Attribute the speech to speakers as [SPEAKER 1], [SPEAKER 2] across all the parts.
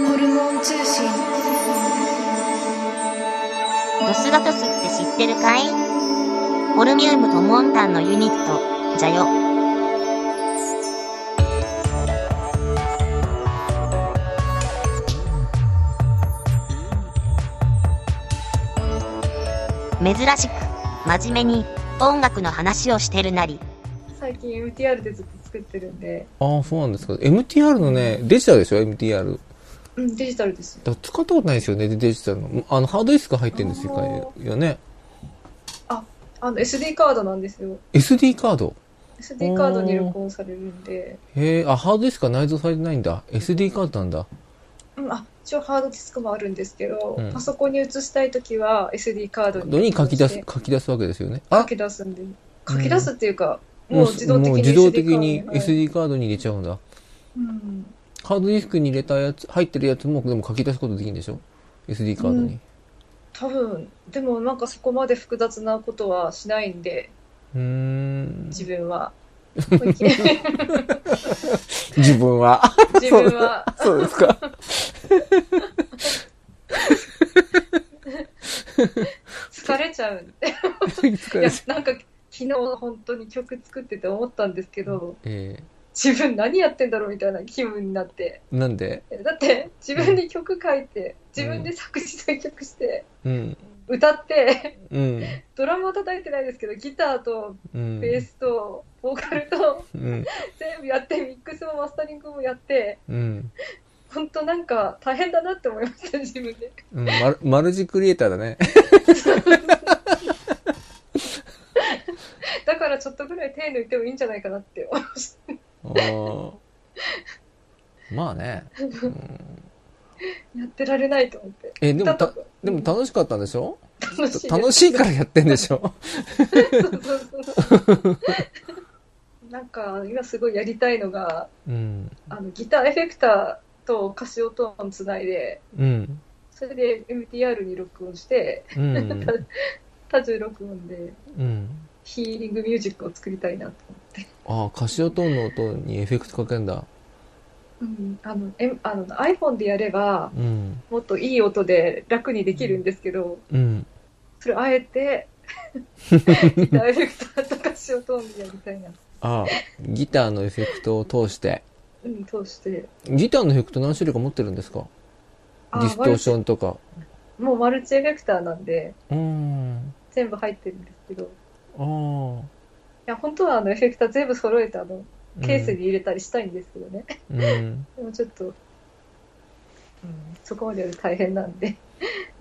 [SPEAKER 1] 通信
[SPEAKER 2] ロスロトスって知ってるかいオルミウムとモンタンのユニット、じゃよ。珍しく、真面目に音楽の話をしてるなり、
[SPEAKER 1] 最近 MTR でずっと作ってるんで、
[SPEAKER 3] ああ、そうなんですか。MTR のね、デジタルでしょ ?MTR。
[SPEAKER 1] うん、デジタルですよ。
[SPEAKER 3] だ使ったことないですよね、デジタルの。あの、ハードディスク入ってるんですよ、
[SPEAKER 1] あ
[SPEAKER 3] いやね。
[SPEAKER 1] あの SD カードなんですよ。
[SPEAKER 3] SD カード。
[SPEAKER 1] SD カードに録音されるんで、
[SPEAKER 3] へえ、あ、ハードディスクは内蔵されてないんだ。SD カードなんだ。
[SPEAKER 1] うん、あ、一応ハードディスクもあるんですけど、
[SPEAKER 3] うん
[SPEAKER 1] パソコンに移したいときは SD カードに
[SPEAKER 3] どに書き出す
[SPEAKER 1] 移して、
[SPEAKER 3] 書き出すわけですよね。
[SPEAKER 1] 書
[SPEAKER 3] あ、
[SPEAKER 1] き出すんで、書き出すっていうか、もう自動的
[SPEAKER 3] もう
[SPEAKER 1] に SD
[SPEAKER 3] 自動的
[SPEAKER 1] カー
[SPEAKER 3] に
[SPEAKER 1] ドはい
[SPEAKER 3] SD カードに入れちゃうんだ。
[SPEAKER 1] うん、
[SPEAKER 3] ハードディスクに入れたやつ、入ってるやつも、でも書き出すことできるんでしょ ?SD カードに。
[SPEAKER 1] 多分、でもなんかそこまで複雑なことはしないんで、
[SPEAKER 3] うーん。
[SPEAKER 1] 自分 は。
[SPEAKER 3] 自分は。
[SPEAKER 1] 自分は、
[SPEAKER 3] そうですか。
[SPEAKER 1] 疲れちゃうんで。
[SPEAKER 3] 疲
[SPEAKER 1] い
[SPEAKER 3] れ
[SPEAKER 1] や
[SPEAKER 3] ちゃう、
[SPEAKER 1] なんか、昨日本当に曲作ってて思ったんですけど、
[SPEAKER 3] え
[SPEAKER 1] 自分何やってんだろうみたいな気分になって。
[SPEAKER 3] ー、なんで
[SPEAKER 1] だって、自分で曲書いて、自分で作詞作曲して、
[SPEAKER 3] うん。
[SPEAKER 1] 歌って、
[SPEAKER 3] うん。
[SPEAKER 1] ドラムは叩いてないですけど、ギターと
[SPEAKER 3] うん。
[SPEAKER 1] ベースと、ボーカルと、
[SPEAKER 3] うん。
[SPEAKER 1] 全部やって、ミックスもマスタリングもやって、
[SPEAKER 3] うん。
[SPEAKER 1] 本当なんか大変だなって思いました、自分で。
[SPEAKER 3] うんマルマルチクリエイターだね。
[SPEAKER 1] だからちょっとぐらい手抜いてもいいんじゃないかなって思いました。
[SPEAKER 3] あーまあね。うん
[SPEAKER 1] やってられないと思って。
[SPEAKER 3] え、でも
[SPEAKER 1] 歌
[SPEAKER 3] た
[SPEAKER 1] とか、
[SPEAKER 3] でも楽しかったんでしょ
[SPEAKER 1] 楽しいです
[SPEAKER 3] 楽しいからやってんでしょ
[SPEAKER 1] そうそうそう なんか今すごいやりたいのが
[SPEAKER 3] うん。
[SPEAKER 1] あのギターエフェクターとカシオトーンつないで
[SPEAKER 3] うん。
[SPEAKER 1] それで MTR に録音して
[SPEAKER 3] うん。
[SPEAKER 1] 多重録音で
[SPEAKER 3] うん。
[SPEAKER 1] ヒーリングミュージックを作りたいなと思って、
[SPEAKER 3] ああ、カシオトーンの音にエフェクトかけんだ。
[SPEAKER 1] うん、あのえあの iPhone でやれば
[SPEAKER 3] うん。
[SPEAKER 1] もっといい音で楽にできるんですけど
[SPEAKER 3] うん。
[SPEAKER 1] それあえてギターエフェクターとカシオトーンでやりたいな、
[SPEAKER 3] ああ、ギターのエフェクトを通して。
[SPEAKER 1] うん、通して
[SPEAKER 3] ギターのエフェクト何種類か持ってるんですかデ
[SPEAKER 1] あ
[SPEAKER 3] ィストーションとか。
[SPEAKER 1] マルチもうマルチエフェクターなんで
[SPEAKER 3] うーん。
[SPEAKER 1] 全部入ってるんですけど
[SPEAKER 3] あ
[SPEAKER 1] い
[SPEAKER 3] あ。
[SPEAKER 1] や、本当はあのエフェクター全部揃えてあの、ケースに入れたりしたいんですけどね。
[SPEAKER 3] うん。うん。
[SPEAKER 1] でもちょっと、うん、そこまでやるの大変なんで。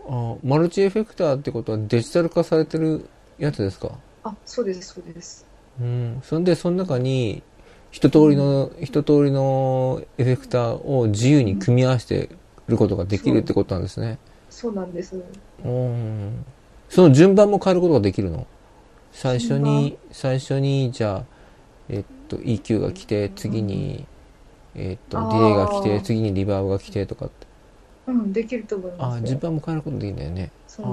[SPEAKER 3] あマルチエフェクターってことはデジタル化されてるやつですか
[SPEAKER 1] あ、そうです、そうです。
[SPEAKER 3] うん。そんで、その中に、一通りの、一通りのエフェクターを自由に組み合わせてることができるってことなんですね。
[SPEAKER 1] そうなんです。
[SPEAKER 3] うん。その順番も変えることができるの最初に、最初に、じゃあ、えっと、EQ が来て、次に、えっと、デ
[SPEAKER 1] あー
[SPEAKER 3] ィレイが来て、次にリバーブが来てとかって。
[SPEAKER 1] うん、できると思います。
[SPEAKER 3] あ、順番も変えることできるんだよね。
[SPEAKER 1] そう
[SPEAKER 3] あ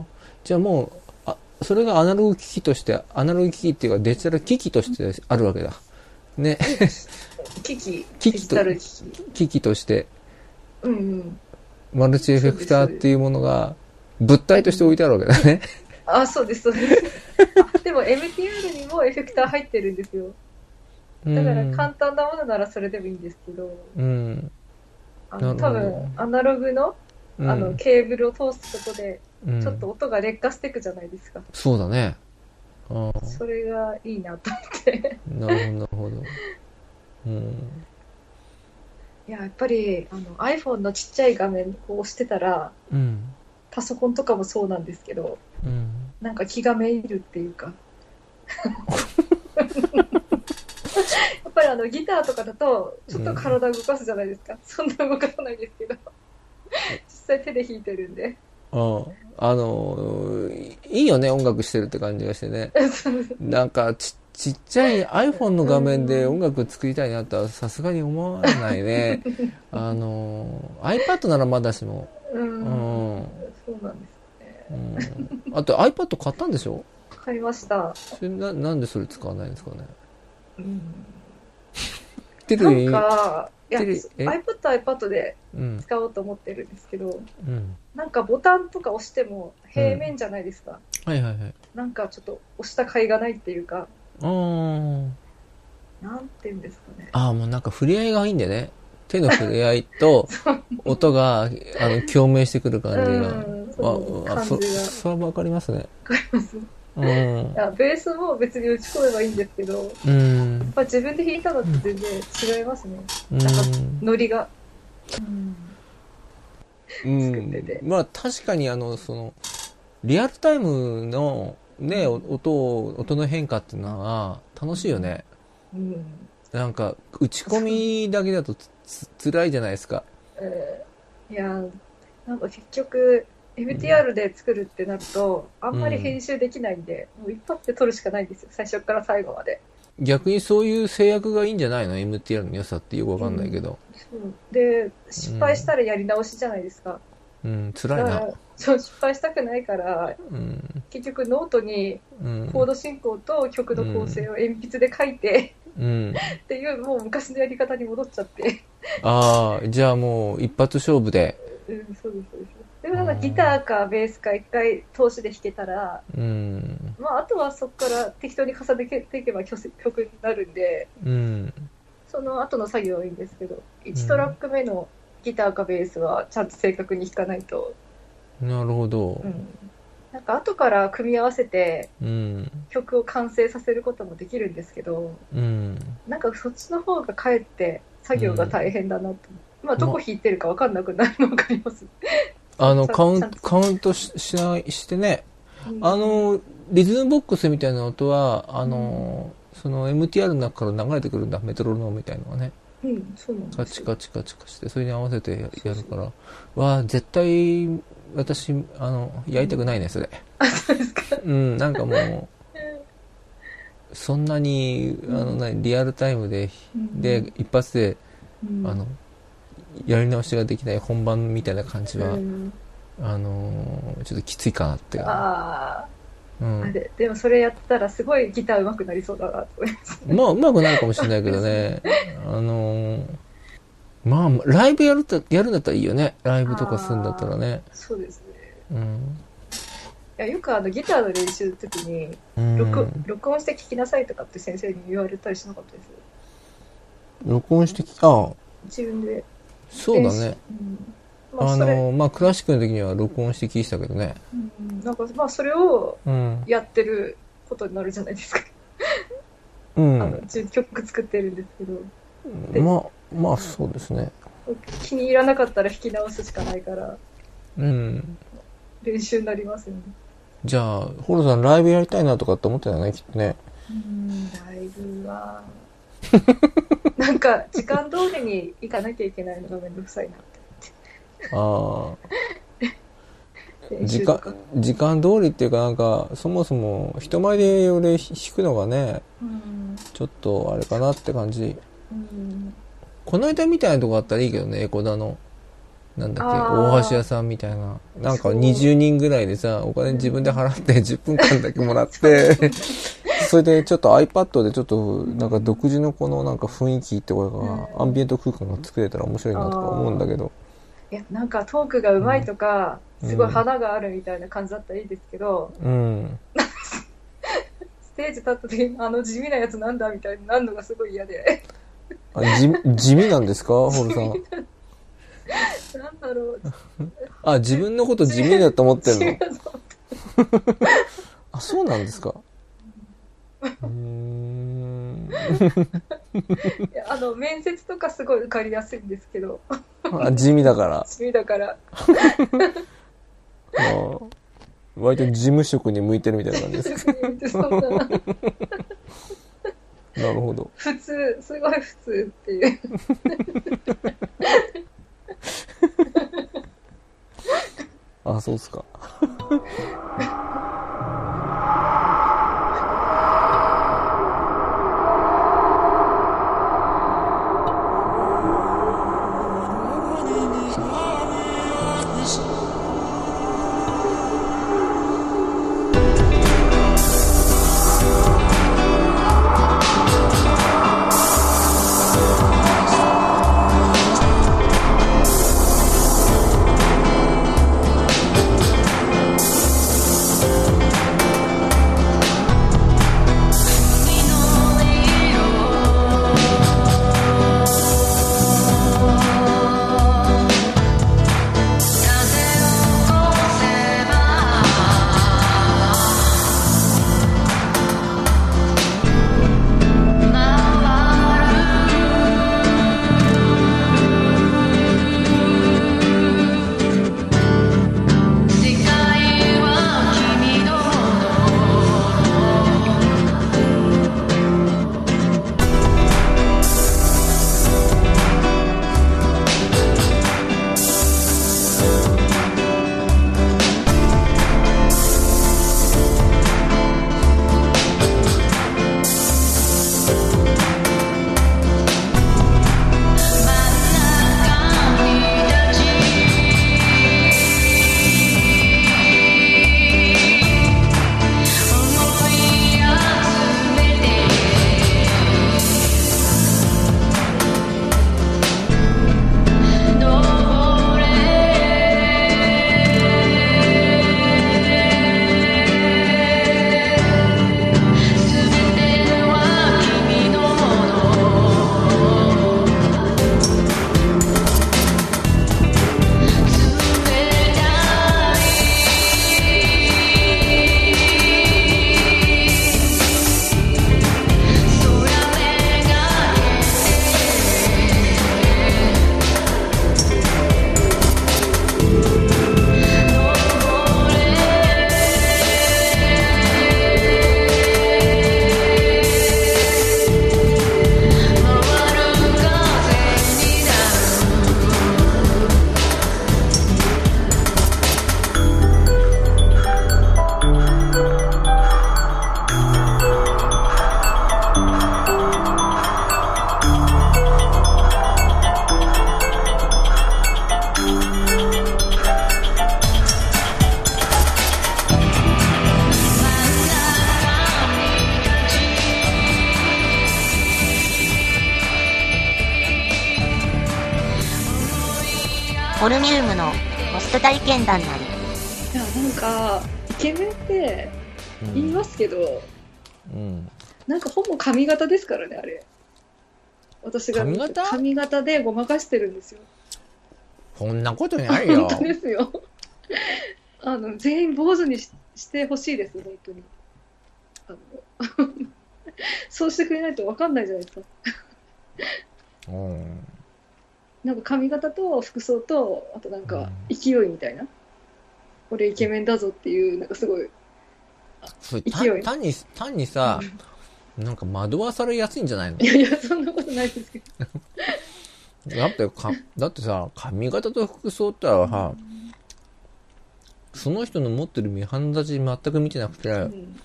[SPEAKER 3] あじゃあもうあそれがアナログ機器としてアナログ機器っていうかデジタル機器としてあるわけだね
[SPEAKER 1] 機器、
[SPEAKER 3] 機器と
[SPEAKER 1] デジタル機器。
[SPEAKER 3] 機器として
[SPEAKER 1] うんうん。
[SPEAKER 3] マルチエフェクターっていうものが物体として置いてあるわけだね
[SPEAKER 1] あ、そうです、そう です。あでも MTR にもエフェクター入ってるんですよ。だから簡単なものならそれでもいいんですけど、
[SPEAKER 3] うん
[SPEAKER 1] あの
[SPEAKER 3] な
[SPEAKER 1] 多
[SPEAKER 3] るほど
[SPEAKER 1] 分アナログの
[SPEAKER 3] うん
[SPEAKER 1] あのケーブルを通すことで、
[SPEAKER 3] うん
[SPEAKER 1] ちょっと音が劣化していくじゃないですか。
[SPEAKER 3] そうだねああ
[SPEAKER 1] それがいいなと思って。
[SPEAKER 3] なるほどなるほどうん
[SPEAKER 1] いや、やっぱりあの iPhone のちっちゃい画面を押してたら、
[SPEAKER 3] うん
[SPEAKER 1] パソコンとかもそうなんですけど、
[SPEAKER 3] うん
[SPEAKER 1] なんか気がめいるっていうか。やっぱりあのギターとかだと、ちょっと体動かすじゃないですか。そんな動かさないですけど。実際手で弾いてるんで。
[SPEAKER 3] あああのいいよね音楽してるって感じがし てねなんかち、ちっちゃい iPhone の画面で音楽作りたいなとはさすがに思わな いね。あの、iPad ならまだしも。
[SPEAKER 1] う。
[SPEAKER 3] うんん。うん
[SPEAKER 1] そうなんです。
[SPEAKER 3] あと iPad 買ったんでしょ
[SPEAKER 1] 買いました。
[SPEAKER 3] それななんでそれ使わないんですかね。
[SPEAKER 1] うん。
[SPEAKER 3] テレビ
[SPEAKER 1] なんか、いや、
[SPEAKER 3] テレビえ
[SPEAKER 1] iPod、iPad で
[SPEAKER 3] うん、
[SPEAKER 1] 使おうと思ってるんですけど、
[SPEAKER 3] うん。
[SPEAKER 1] なんかボタンとか押しても平面じゃないですか。
[SPEAKER 3] はいはいはい。
[SPEAKER 1] なんかちょっと押した甲斐がないっていうか、
[SPEAKER 3] あー
[SPEAKER 1] なんていうんですかね。
[SPEAKER 3] あー、もうなんか触れ合いがいいんだよね。手の触れ合い と、音が、あの、共鳴してくる感じ
[SPEAKER 1] うん、そ
[SPEAKER 3] が。
[SPEAKER 1] の
[SPEAKER 3] あ、あ、
[SPEAKER 1] 感
[SPEAKER 3] そ、
[SPEAKER 1] じが。
[SPEAKER 3] それはわかりますね。
[SPEAKER 1] わかります
[SPEAKER 3] うん
[SPEAKER 1] い。や、ベースも別に打ち込めばいいんですけど、やっ
[SPEAKER 3] うん。
[SPEAKER 1] ぱ自分で弾いたのと全然違いますね、
[SPEAKER 3] うん。
[SPEAKER 1] ノリが。うん、作ってて
[SPEAKER 3] うん、まあ確かにあのそのリアルタイムのねお音を音の変化っていうのは楽しいよね
[SPEAKER 1] うん
[SPEAKER 3] なんか打ち込みだけだとつつ辛いじゃないですか
[SPEAKER 1] えーいや、なんか結局、MTR で作るってなると、あんまり編集できないんで、もう一発で撮るしかないんですよ、最初から最後まで。
[SPEAKER 3] 逆にそういう制約がいいんじゃないの MTR の良さってよくわかんないけど
[SPEAKER 1] そうで、失敗したらやり直しじゃないですか。
[SPEAKER 3] うん
[SPEAKER 1] だ
[SPEAKER 3] 辛
[SPEAKER 1] か
[SPEAKER 3] いな
[SPEAKER 1] ら、そう失敗したくないから、
[SPEAKER 3] うん
[SPEAKER 1] 結局ノートに
[SPEAKER 3] うん
[SPEAKER 1] コード進行と曲の構成を鉛筆で書いて、
[SPEAKER 3] うん
[SPEAKER 1] っていう、もう昔のやり方に戻っちゃって。
[SPEAKER 3] ああじゃあもう一発勝負で
[SPEAKER 1] うん、そうです、そうです。でもなんかギターかベースか一回通しで弾けたら、
[SPEAKER 3] うん
[SPEAKER 1] まあ、あとはそこから適当に重ねていけば曲曲になるんで、
[SPEAKER 3] うん
[SPEAKER 1] その後の作業はいいんですけど、1トラック目のギターかベースはちゃんと正確に弾かないと、
[SPEAKER 3] なるほど
[SPEAKER 1] うん。なんか後から組み合わせて
[SPEAKER 3] うん
[SPEAKER 1] 曲を完成させることもできるんですけど、
[SPEAKER 3] うん
[SPEAKER 1] なんかそっちの方がかえって作業が大変だなと。まあ、どこ弾いてるかわかんなくなるの分かります。
[SPEAKER 3] あの
[SPEAKER 1] ちゃん
[SPEAKER 3] カウン
[SPEAKER 1] ちゃんと
[SPEAKER 3] カウントししないしてね
[SPEAKER 1] うん
[SPEAKER 3] あの、リズムボックスみたいな音は、あの、その MTR の中から流れてくるんだ、メトロノームみたいのがね。
[SPEAKER 1] うん、そうなん
[SPEAKER 3] カ
[SPEAKER 1] です
[SPEAKER 3] チ
[SPEAKER 1] よ
[SPEAKER 3] カチカチカチして、それに合わせてややるから。わあ、絶対、私、あの、やりたくないね、それ。うん、なんかもう、そんなに、あの、何、リアルタイムで、
[SPEAKER 1] うん
[SPEAKER 3] で、一発で、
[SPEAKER 1] うん
[SPEAKER 3] あの、やり直しができない本番みたいな感じは
[SPEAKER 1] う、ん
[SPEAKER 3] あの、ちょっときついかなって。
[SPEAKER 1] あ
[SPEAKER 3] う
[SPEAKER 1] あ、
[SPEAKER 3] ん。
[SPEAKER 1] ででもそれやったらすごいギター上手くなりそうだなと思います。
[SPEAKER 3] まあ、うまくなるかもしれないけど ね。あのーまあ、ライブやると、やるんだったらいいよね。ライブとかするんだったらね。
[SPEAKER 1] そうですね。
[SPEAKER 3] うん。
[SPEAKER 1] いやよくあのギターの練習の時に
[SPEAKER 3] うん
[SPEAKER 1] 録,、録音して聴きなさいとかって先生に言われたりしなかったです。
[SPEAKER 3] 録音してき、ああ、
[SPEAKER 1] 自分で。
[SPEAKER 3] そうだね。
[SPEAKER 1] うんまあ
[SPEAKER 3] あ
[SPEAKER 1] それ、
[SPEAKER 3] のーまあ、クラシックの時には録音して聞いてたけどね。
[SPEAKER 1] うんなんかまあそれを
[SPEAKER 3] うん。
[SPEAKER 1] やってることになるじゃないですか。あ
[SPEAKER 3] う
[SPEAKER 1] の
[SPEAKER 3] ん。
[SPEAKER 1] 自分曲作ってるんですけど、
[SPEAKER 3] まあ、まあ、そうですね。
[SPEAKER 1] 気に入らなかったら弾き直すしかないから
[SPEAKER 3] うん。
[SPEAKER 1] 練習になりますよね。
[SPEAKER 3] じゃあ、ホロさんライブやりたいなとかって思ってたよね、きっとね。
[SPEAKER 1] うんライブは なんか時間通りに行かなきゃいけないのがめんどくさいなって
[SPEAKER 3] ああ、
[SPEAKER 1] 練
[SPEAKER 3] 時
[SPEAKER 1] 習と
[SPEAKER 3] 間
[SPEAKER 1] か、
[SPEAKER 3] 時間通りっていうかなんか、そもそも人前で俺弾くのがね、
[SPEAKER 1] うん、
[SPEAKER 3] ちょっとあれかなって感じ。
[SPEAKER 1] うん、
[SPEAKER 3] この間みたいなとこあったらいいけどね、エコダの。なんだっけ、
[SPEAKER 1] あー
[SPEAKER 3] 大橋屋さんみたいな。なんか
[SPEAKER 1] そう
[SPEAKER 3] 20人ぐらいでさ、お金自分で払 って10分間だけもらって、それでちょっと iPad でちょっと、なんか独自のこのなんか雰囲気ってこと
[SPEAKER 1] う
[SPEAKER 3] が、
[SPEAKER 1] ん
[SPEAKER 3] アンビエント空間が作れたら面白いなとか思うんだけど。
[SPEAKER 1] いやなんかトークがうまいとか、
[SPEAKER 3] うん
[SPEAKER 1] すごい花があるみたいな感じだったらいいですけど、
[SPEAKER 3] うん。
[SPEAKER 1] ステージ立った時にあの地味なやつなんだみたいになるのがすごい嫌で
[SPEAKER 3] あ地地味なんですかホルさん。
[SPEAKER 1] なんだろう
[SPEAKER 3] あ、自分のこと地味だと思ってん
[SPEAKER 1] 違
[SPEAKER 3] の
[SPEAKER 1] うぞ
[SPEAKER 3] あ、そうなんですかうーん。
[SPEAKER 1] い やあの面接とかすごい受かりやすいんですけど
[SPEAKER 3] あ地味だから。
[SPEAKER 1] 地味だから
[SPEAKER 3] ああ割と事務職に向いてるみたいな感 じですか。
[SPEAKER 1] 別にそんな
[SPEAKER 3] なるほ ど。
[SPEAKER 1] 普通すごい普通っていう
[SPEAKER 3] あ、そうっすか。
[SPEAKER 4] 「
[SPEAKER 2] フォルミウムのホスト体験談なり
[SPEAKER 1] いやなんかイケメンって
[SPEAKER 3] うん
[SPEAKER 1] 言いますけど、
[SPEAKER 3] うん
[SPEAKER 1] なんかほぼ髪型ですからねあれ私が見た
[SPEAKER 3] 髪型
[SPEAKER 1] 髪型でごまかしてるんですよ
[SPEAKER 3] こんなことない
[SPEAKER 1] 本
[SPEAKER 3] よ
[SPEAKER 1] 当ですよあの全員坊主にししてほしいです本当にあの そうしてくれないと分かんないじゃないですか
[SPEAKER 3] うん
[SPEAKER 1] なんか髪型と服装とあとなんか
[SPEAKER 3] う
[SPEAKER 1] 勢いみたいな、俺イケメンだぞっていうなんかすごい
[SPEAKER 3] それ
[SPEAKER 1] 勢い
[SPEAKER 3] 単単に単にさなんか惑わされやすいんじゃないの
[SPEAKER 1] いやいやそんなことないですけど
[SPEAKER 3] だってかだってさ髪型と服装ってはさその人の持ってる見判断値全く見てなくて、
[SPEAKER 1] うん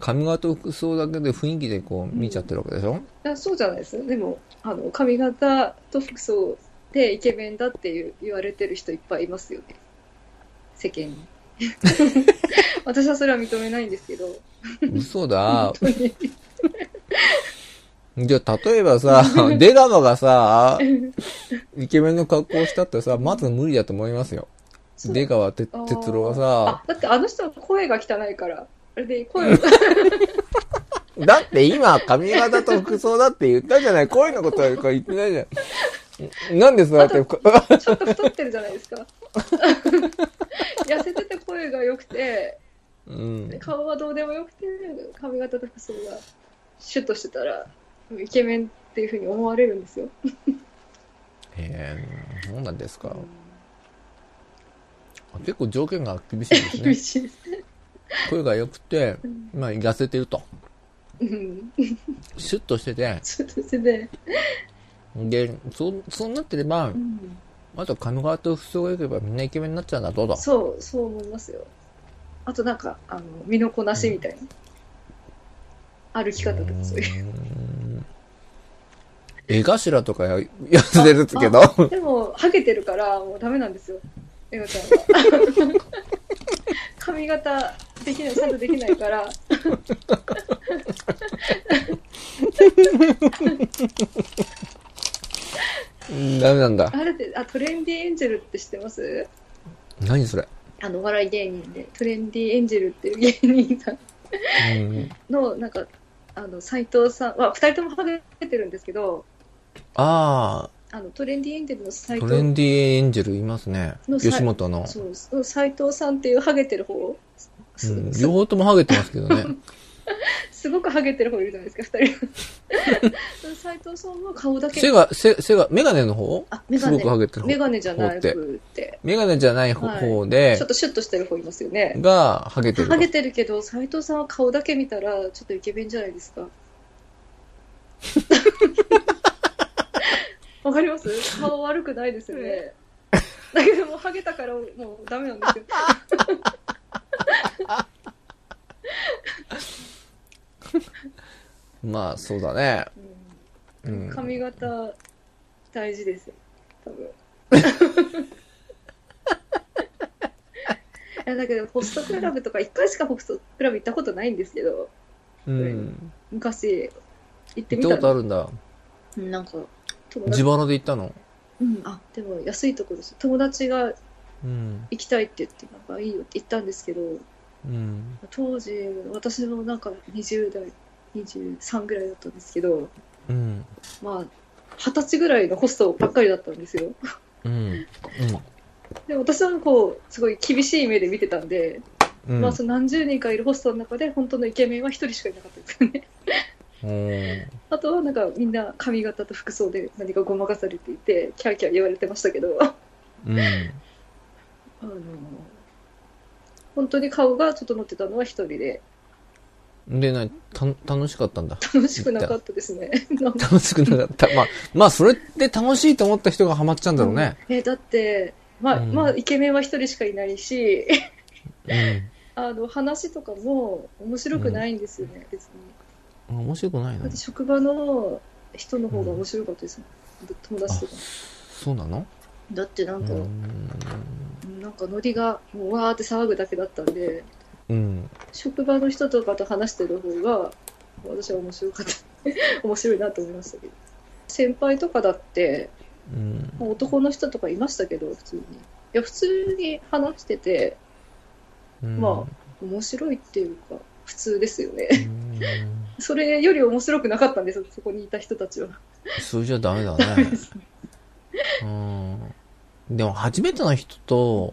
[SPEAKER 3] 髪型と服装だけで雰囲気でこう見ちゃってるわけでしょ、
[SPEAKER 1] いやそうじゃないですでもあの髪型と服装でイケメンだっていう言われてる人いっぱいいますよね世間に私はそれは認めないんですけど
[SPEAKER 3] 嘘だ。 じゃあ、例えばさ、 出たのがさ、イケメンの格好したってさ、まず無理だと思いますよ。
[SPEAKER 1] そう
[SPEAKER 3] 出川て
[SPEAKER 1] あー
[SPEAKER 3] 哲郎はさ、
[SPEAKER 1] あだってあの人の声が汚いからあれで 声を
[SPEAKER 3] だって今、髪型と服装だって言ったじゃない。声のことはこれ言ってないじゃん。なんでそうやっ て、
[SPEAKER 1] ちょっと太ってるじゃないですか痩せてて声が良くて
[SPEAKER 3] うん。
[SPEAKER 1] 顔はどうでもよくて髪型と服装がシュッとしてたらイケメンっていうふうに思われるんですよ
[SPEAKER 3] えー、そうなんですか。結構条件が厳しいです
[SPEAKER 1] 厳
[SPEAKER 3] ね。
[SPEAKER 1] しいです
[SPEAKER 3] 声が良くて、まあ、痩せてると。
[SPEAKER 1] うん
[SPEAKER 3] シュッとしてて、
[SPEAKER 1] ちょっとしてて、
[SPEAKER 3] で、そう、そうなってれば、あと髪型と服装が良ければみんなイケメンになっちゃうんだ、どうだ。
[SPEAKER 1] そうそう思いますよあとなんかあの身のこなしみたいな、歩き方とかそういう
[SPEAKER 3] ーん絵頭とかややってるんですけど、
[SPEAKER 1] でもハゲてるからもうダメなんですよエガちゃんは髪型できないちゃんとできないから
[SPEAKER 3] うん ダメなんだ。
[SPEAKER 1] あれってあトレンディエンジェルって知ってます
[SPEAKER 3] 何それ。
[SPEAKER 1] あのお笑い芸人でトレンディエンジェルっていう芸人さん
[SPEAKER 3] うん
[SPEAKER 1] のなんかあの斎藤さんは2人ともハゲてるんですけど
[SPEAKER 3] あ
[SPEAKER 1] あのトレンディエンジェルの斎
[SPEAKER 3] あ、
[SPEAKER 1] 藤
[SPEAKER 3] ト
[SPEAKER 1] さ
[SPEAKER 3] レ
[SPEAKER 1] ん
[SPEAKER 3] ンディエンジェルいますね。
[SPEAKER 1] のさ
[SPEAKER 3] 吉本の。
[SPEAKER 1] そう、その斎藤さんっていうハゲてる方、す
[SPEAKER 3] うん
[SPEAKER 1] す
[SPEAKER 3] 両方ともハゲてますけど ね。
[SPEAKER 1] すごくハゲてる方いるじゃないですか、二人。そ の斎藤さんは顔だけ。
[SPEAKER 3] 背が、背、背が、メガネの方
[SPEAKER 1] あ、メガ
[SPEAKER 3] すご
[SPEAKER 1] ネ
[SPEAKER 3] く。ハゲてる
[SPEAKER 1] メ
[SPEAKER 3] 方。
[SPEAKER 1] ガネじゃなくて、
[SPEAKER 3] メガネじゃない方,、
[SPEAKER 1] はい
[SPEAKER 3] で
[SPEAKER 1] ちょっ、とシュッとしてる方いますよね。
[SPEAKER 3] が、ハゲてる
[SPEAKER 1] ハ。ゲてるけど、斎藤さんは顔だけ見たら、ちょっとイケメンじゃないです か。わかります顔悪くないですよね。だけどもうハゲたからもうダメなんですよ。
[SPEAKER 3] まあ、そうだね。
[SPEAKER 1] うん
[SPEAKER 3] うん。
[SPEAKER 1] 髪型大事ですよ多 分いやだけどホストクラブとか1回しかホストクラブ行ったことないんですけど
[SPEAKER 3] うん。
[SPEAKER 1] 昔行ってみ
[SPEAKER 3] 行ったたことあ
[SPEAKER 1] の
[SPEAKER 3] るんだ。
[SPEAKER 1] うんなんか友
[SPEAKER 3] 自
[SPEAKER 1] 達、
[SPEAKER 3] 腹で行ったの。
[SPEAKER 1] うん、あでも安いとこです友達が
[SPEAKER 3] うん。
[SPEAKER 1] 行きたいって言ってなんかいいよって言ったんですけど
[SPEAKER 3] うん。
[SPEAKER 1] 当時私のなんか20代23ぐらいだったんですけど
[SPEAKER 3] うん。
[SPEAKER 1] まあ二十歳ぐらいのホストばっかりだったんですよ
[SPEAKER 3] うん。
[SPEAKER 1] で私はこうすごい厳しい目で見てたんで、
[SPEAKER 3] うん。
[SPEAKER 1] まあ、その何十人かいるホストの中で本当のイケメンは一人しかいなかったですよね
[SPEAKER 3] うん。
[SPEAKER 1] あとはなんかみんな髪型と服装で何かごまかされていてキャーキャー言われてましたけどあ
[SPEAKER 3] うん。
[SPEAKER 1] の本当に顔が整ってたのは一人で
[SPEAKER 3] で、な、た、楽しかったんだ。
[SPEAKER 1] 楽しくなかったですね なんか
[SPEAKER 3] 楽しくなかった。まあ、まあ、それって楽しいと思った人がハマっちゃうんだろうね。
[SPEAKER 1] えだってまあ、
[SPEAKER 3] うん
[SPEAKER 1] まあイケメンは一人しかいないし
[SPEAKER 3] う
[SPEAKER 1] あの話とかも面白くないんですよね、別に
[SPEAKER 3] ん。面白くない
[SPEAKER 1] だっ
[SPEAKER 3] の
[SPEAKER 1] て職場の人の方が面白かったですもん、友達とか
[SPEAKER 3] そうなの
[SPEAKER 1] だってなん
[SPEAKER 3] う
[SPEAKER 1] か、
[SPEAKER 3] ん。
[SPEAKER 1] なんかノリがもうわーって騒ぐだけだったんで
[SPEAKER 3] うん。
[SPEAKER 1] 職場の人とかと話してる方が 私は面白かった面白いなと思いましたけど先輩とかだって
[SPEAKER 3] うん。
[SPEAKER 1] もう男の人とかいましたけど、普通に。いや、普通に話してて、
[SPEAKER 3] うん
[SPEAKER 1] ま面白いっていうか、普通ですよ
[SPEAKER 3] う
[SPEAKER 1] ね。
[SPEAKER 3] ん
[SPEAKER 1] それより面白くなかったんですよ、そこにいた人たちは。
[SPEAKER 3] それじゃダメだね。うん。でも、初めての人と、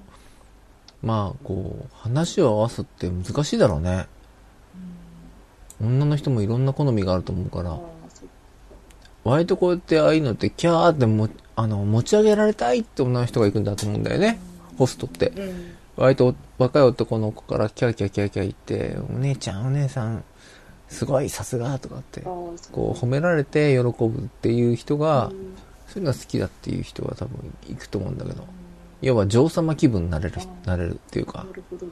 [SPEAKER 3] まあ、こう、話を合わすって難しいだろうね。女の人もいろんな好みがあると思う か
[SPEAKER 1] あ
[SPEAKER 3] ら
[SPEAKER 1] あ、、そう
[SPEAKER 3] 割とこうやってああいうのって、キャーっても、あの、持ち上げられたいって女の人が行くんだと思うんだよね。ホストって。
[SPEAKER 1] うん。
[SPEAKER 3] 割と若い男の子からキャーキャーキャーキャー言って、お姉ちゃんお姉さん、すごい、さすがとかって
[SPEAKER 1] ああ、、そう
[SPEAKER 3] こう褒められて喜ぶっていう人が、
[SPEAKER 1] うん
[SPEAKER 3] そういうのが好きだっていう人は多分行くと思うんだけど、要は女王様気分になれる人、なれるっていう
[SPEAKER 1] な
[SPEAKER 3] か、
[SPEAKER 1] るほど。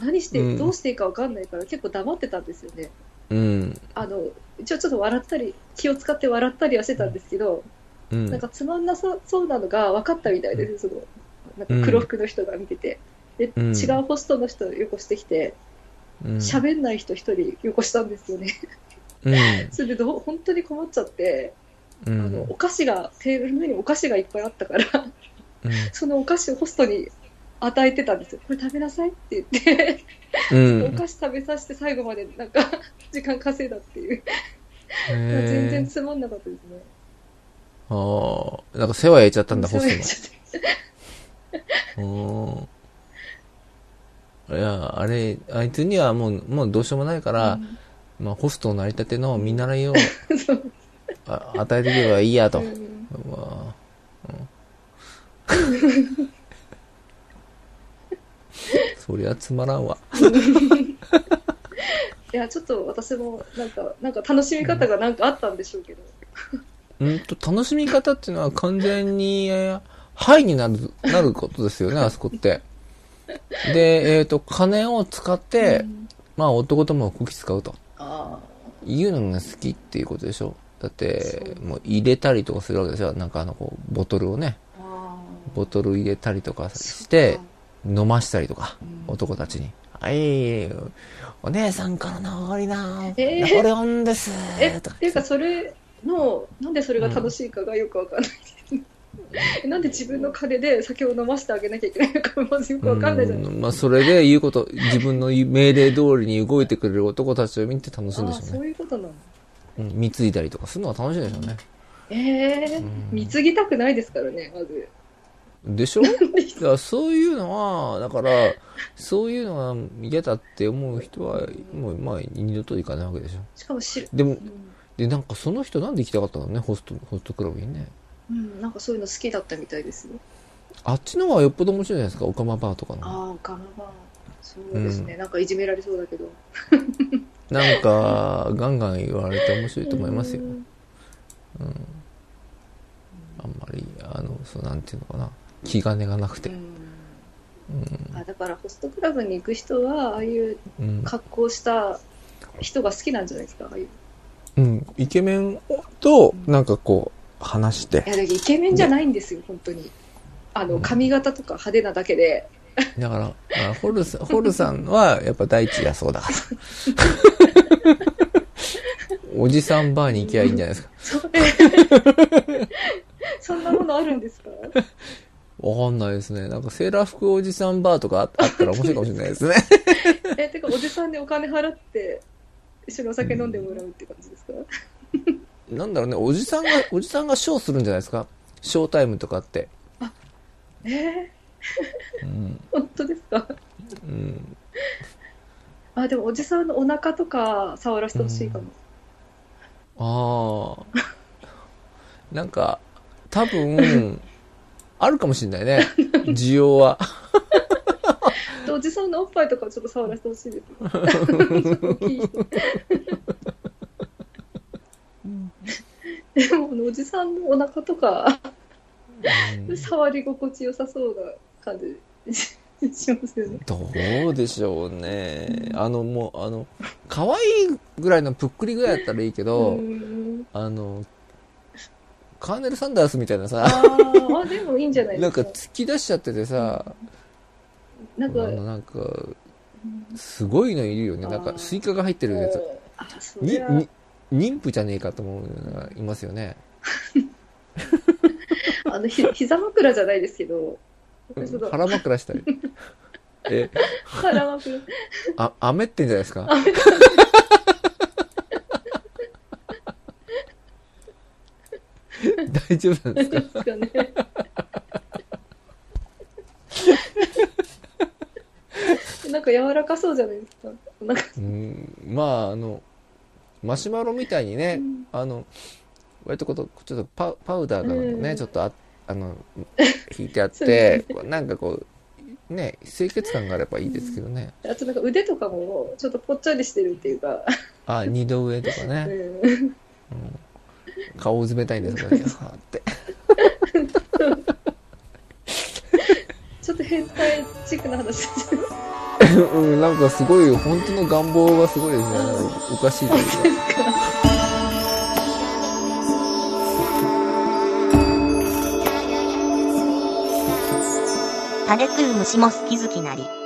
[SPEAKER 1] 何して、
[SPEAKER 3] うん
[SPEAKER 1] どうしていいかわかんないから、結構黙ってたんですよね。
[SPEAKER 3] うん、
[SPEAKER 1] あの、一応ちょっと笑ったり、気を使って笑ったりはしてたんですけど、
[SPEAKER 3] うん
[SPEAKER 1] なん、かつまんなさそうなのが分かったみたいです、その、なんか黒服の人が見てて。で、
[SPEAKER 3] うん
[SPEAKER 1] 違うホストの人よこしてきて、
[SPEAKER 3] うん、
[SPEAKER 1] 喋、んない人一人よこしたんですよね。
[SPEAKER 3] うん、
[SPEAKER 1] それでどう、本当に困っちゃって、
[SPEAKER 3] う
[SPEAKER 1] あの、
[SPEAKER 3] ん、
[SPEAKER 1] お菓子が、テーブルの上にお菓子がいっぱいあったから、 そのお菓子をホストに与えてたんですよ。これ食べなさいって言って。
[SPEAKER 3] うん、
[SPEAKER 1] お菓子食べさせて最後までなんか 時間稼いだっていう、全然つまんなかったですね。
[SPEAKER 3] ああ、なんか世話焼いちゃったんだ、ホ
[SPEAKER 1] そうやっ
[SPEAKER 3] ス
[SPEAKER 1] ちゃって
[SPEAKER 3] トの。うん。いや、あれ、あいつにはもう、もうどうしようもないから、まあ、ホストのなりたての見習 いを
[SPEAKER 1] うんそう
[SPEAKER 3] あ与えていけばいいやと。
[SPEAKER 1] う
[SPEAKER 3] うんわうんそりゃつまらんわ。
[SPEAKER 1] いやちょっと私もなんかなんか楽しみ方がなんかあったんでしょうけど、
[SPEAKER 3] うんと、楽しみ方っていうのは完全に、えーハイになる、なることです よね、あそこって。で、えっ、と、金を使って、
[SPEAKER 1] うん
[SPEAKER 3] まあ男ともこき使うと。
[SPEAKER 1] あ
[SPEAKER 3] いうのが好きっていうことでしょ。だって
[SPEAKER 1] そ、
[SPEAKER 3] もう入れたりとかするわけでしょ。なんかあの、こう、ボトルをね、
[SPEAKER 1] ーあ
[SPEAKER 3] ボトル入れたりとか
[SPEAKER 1] ー
[SPEAKER 3] して
[SPEAKER 1] そっ、か
[SPEAKER 3] 飲ましたりとか、
[SPEAKER 1] うん
[SPEAKER 3] 男たちに。あいえいえ、お姉さんからのおごりな、
[SPEAKER 1] えー
[SPEAKER 3] ナポレオンです
[SPEAKER 1] えっ
[SPEAKER 3] とか
[SPEAKER 1] ていうかそれのなんでそれが楽しいかがよくわかんない、なんで自分の金で酒を飲ませてあげなきゃいけないのかまずよくわかんないじゃないですか
[SPEAKER 3] うんまあ、それで言うこと、自分の命令通りに動いてくれる男たちを見て楽しいんで
[SPEAKER 1] あ
[SPEAKER 3] し
[SPEAKER 1] ー
[SPEAKER 3] ょう
[SPEAKER 1] そ
[SPEAKER 3] ね。
[SPEAKER 1] ういうことなの
[SPEAKER 3] うん、貢いだりとかするのが楽しいんでしょうね。
[SPEAKER 1] ええ
[SPEAKER 3] ん
[SPEAKER 1] 貢ぎたくないですからねまず
[SPEAKER 3] でしょだからそういうのは、だから、そういうのが嫌だって思う人は、もう、まあ、二度と行かないわけでしょ。
[SPEAKER 1] しかもし
[SPEAKER 3] でも
[SPEAKER 1] う、ん
[SPEAKER 3] で、なんかその人なんで行きたかったのね、ホスト、ホストクラブにね。
[SPEAKER 1] うん、なんかそういうの好きだったみたいですよ。
[SPEAKER 3] あっちの方がよっぽど面白いじゃないですか、オカマバーとかの。
[SPEAKER 1] ああ、ガマバー。そうですね、なんかいじめられそうだけど。
[SPEAKER 3] なんか、ガンガン言われて面白いと思いますよ
[SPEAKER 1] う。ん
[SPEAKER 3] あんまり、あの、そう、なんていうのかな。気兼ねがなくて。
[SPEAKER 1] うんあだからホストクラブに行く人は、ああいう
[SPEAKER 3] うん。
[SPEAKER 1] 格好した人が好きなんじゃないですか、ああいう。い
[SPEAKER 3] うん。イケメンと、なんかこう、話して。
[SPEAKER 1] や、だけどイケメンじゃないんですよ、本当に。あの、髪型とか派手なだけで。
[SPEAKER 3] だから、あホ ルさん、ホルさんは、やっぱ第一だそうだから。おじさんバーに行きゃいいんじゃないですか。
[SPEAKER 1] それ そんなものあるんですか
[SPEAKER 3] わかんないですね。なんかセーラー服おじさんバーとかああったら面白いかもしれないですね。
[SPEAKER 1] え、てか、おじさんでお金払って、一緒にお酒飲んでもらうって感じですか、
[SPEAKER 3] なんだろうね、おじさんが、おじさんがショーするんじゃないですか。ショータイムとかって。
[SPEAKER 1] え
[SPEAKER 3] うん。
[SPEAKER 1] ー、本当ですか
[SPEAKER 3] うん。
[SPEAKER 1] あ、でもおじさんのお腹とか触らせてほしいかも。
[SPEAKER 3] ああ。なんか、多分、あるかもしれないね。需要は。
[SPEAKER 1] でおじさんのおっぱいとかちょっと触らせてほしいです。大きい人でもあのおじさんのお腹とか
[SPEAKER 3] うん
[SPEAKER 1] 触り心地よさそうな感じしますよね。
[SPEAKER 3] どうでしょうね。あの、もう、あの、可愛いぐらいのぷっくりぐらいだったらいいけど、
[SPEAKER 1] うん
[SPEAKER 3] あの、カーネル・サンダースみたいな
[SPEAKER 1] あ
[SPEAKER 3] さ、
[SPEAKER 1] ーあ、でもいいんじゃない
[SPEAKER 3] な
[SPEAKER 1] で
[SPEAKER 3] ん
[SPEAKER 1] す
[SPEAKER 3] か
[SPEAKER 1] か。
[SPEAKER 3] 突き出しちゃっててさ、
[SPEAKER 1] な
[SPEAKER 3] あ
[SPEAKER 1] んか、
[SPEAKER 3] のなんか、すごいのいるよね。なん
[SPEAKER 1] あ
[SPEAKER 3] か、
[SPEAKER 1] ー
[SPEAKER 3] スイカが入ってるやつ。
[SPEAKER 1] あ、そ
[SPEAKER 3] に
[SPEAKER 1] りゃ、
[SPEAKER 3] に、妊婦じゃねえかと思うのがいますよね。
[SPEAKER 1] あの、ひ、膝枕じゃないですけど、
[SPEAKER 3] うん
[SPEAKER 1] ちょっと
[SPEAKER 3] 腹枕した り。え、
[SPEAKER 1] 腹枕、
[SPEAKER 3] あ、雨ってんじゃないですか大丈夫なんですか
[SPEAKER 1] ですかね。なんか柔らかそうじゃないですか。なんか、
[SPEAKER 3] うん、まあ、あの、マシュマロみたいにね、あの、割とこと、ちょっとパパウダーがね、
[SPEAKER 1] うん
[SPEAKER 3] ちょっとあ、あの、引いてあって、なんかこう、ね、清潔感があればいいですけどね。
[SPEAKER 1] あとなんか腕とかも、ちょっとぽっちゃりしてるっていうか、
[SPEAKER 3] あ、二度上とか
[SPEAKER 1] う
[SPEAKER 3] ね。
[SPEAKER 1] ん。
[SPEAKER 3] 顔を冷たいんですから、ね、はーって。
[SPEAKER 1] ちょっと変態チックな話ですか。
[SPEAKER 3] うん、なんかすごい、本当の願望がすごいですね。なんかおかしいというか。
[SPEAKER 2] 食べ食う虫も好き好きなり。